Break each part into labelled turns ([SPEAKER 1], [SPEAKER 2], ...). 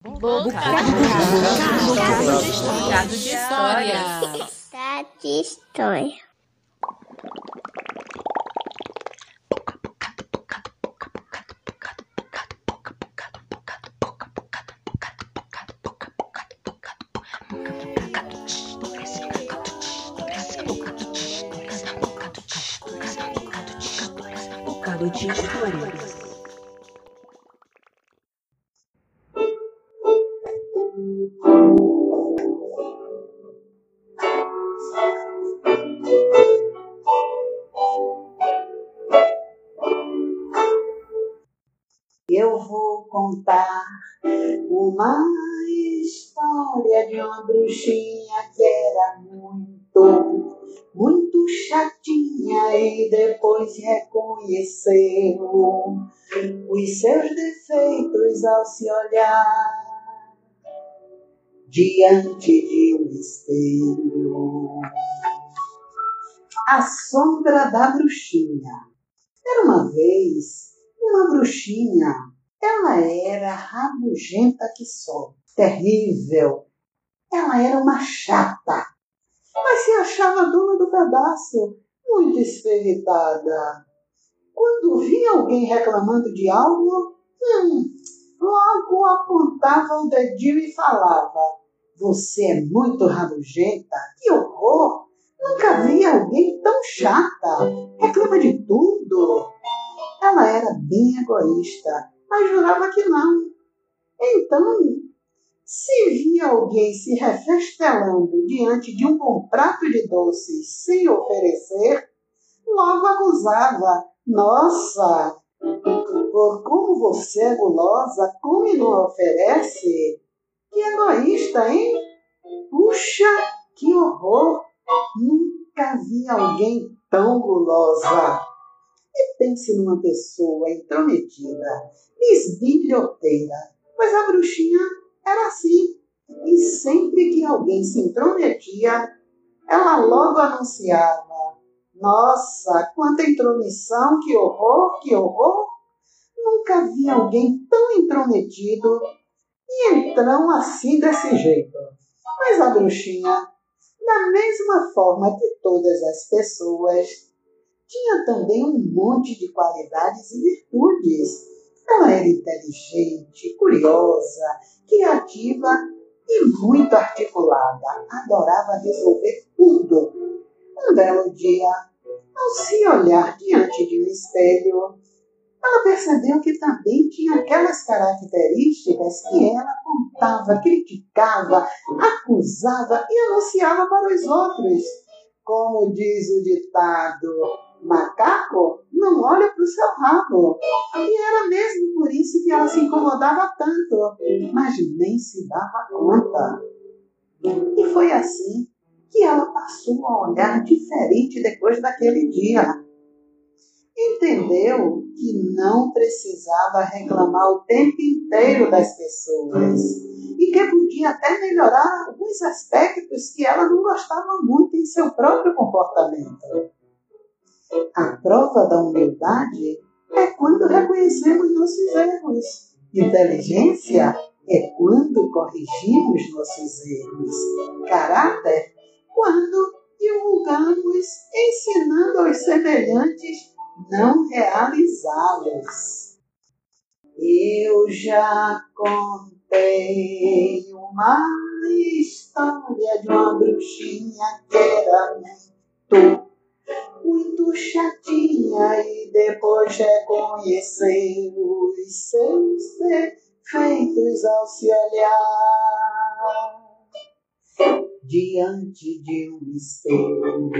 [SPEAKER 1] Boca. Bocado de história.
[SPEAKER 2] Tá de história.
[SPEAKER 3] Bocado de história.
[SPEAKER 4] Eu vou contar uma história de uma bruxinha que era muito, muito chatinha e depois reconheceu os seus defeitos ao se olhar diante de um espelho. A sombra da bruxinha. Era uma vez uma bruxinha. Ela era rabugenta que só, terrível. Ela era uma chata, mas se achava dona do pedaço, muito espiritada. Quando via alguém reclamando de algo, hum, logo apontava o dedinho e falava: Você é muito rabugenta, que horror! Nunca vi alguém tão chata, reclama de tudo. Ela era bem egoísta, mas jurava que não. Então, se via alguém se refestelando diante de um bom prato de doces sem oferecer, logo acusava: Nossa, por como você é gulosa, come e não oferece? Que egoísta, hein? Puxa, que horror! Nunca vi alguém tão gulosa e pense numa pessoa intrometida, bisbilhoteira, pois a bruxinha era assim. E sempre que alguém se intrometia, ela logo anunciava: Nossa, quanta intromissão, que horror, que horror! Nunca vi alguém tão intrometido e então assim desse jeito. Mas a bruxinha, da mesma forma que todas as pessoas, tinha também um monte de qualidades e virtudes. Ela era inteligente, curiosa, criativa e muito articulada. Adorava resolver tudo. Um belo dia, ao se olhar diante de um espelho, ela percebeu que também tinha aquelas características que ela apontava, criticava, acusava e anunciava para os outros. Como diz o ditado, macaco não olha para o seu rabo. E era mesmo por isso que ela se incomodava tanto, mas nem se dava conta. E foi assim que ela passou a olhar diferente depois daquele dia. Entendeu que não precisava reclamar o tempo inteiro das pessoas e que podia até melhorar alguns aspectos que ela não gostava muito em seu próprio comportamento. A prova da humildade é quando reconhecemos nossos erros. Inteligência é quando corrigimos nossos erros. Caráter, quando divulgamos, ensinando aos semelhantes não realizá-los. Eu já contei uma história de uma bruxinha que era muito muito chatinha e depois reconheceu os seus defeitos ao se olhar diante de um espelho.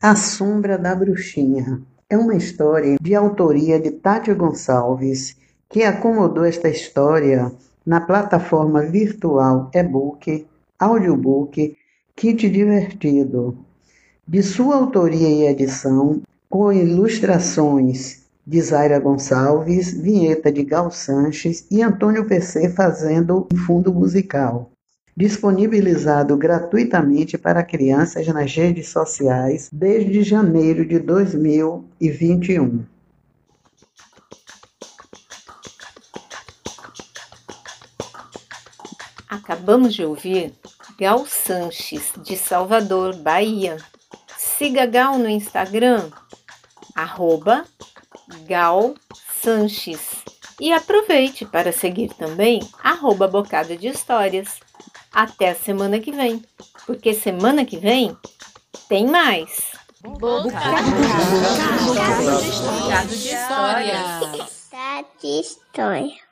[SPEAKER 4] A Sombra da Bruxinha é uma história de autoria de Tati Gonçalves que acomodou esta história na plataforma virtual e-book, audiobook, kit divertido. De sua autoria e edição, com ilustrações de Zaira Gonçalves, vinheta de Gal Sanches e Antônio PC fazendo um fundo musical. disponibilizado gratuitamente para crianças nas redes sociais desde janeiro de 2021.
[SPEAKER 5] Acabamos de ouvir Gal Sanches, de Salvador, Bahia. Siga Gal no Instagram, arroba Gal Sanches. E aproveite para seguir também arroba Bocada de Histórias. Até a semana que vem, porque semana que vem tem mais.
[SPEAKER 1] Bocado de histórias.
[SPEAKER 2] Tá de história.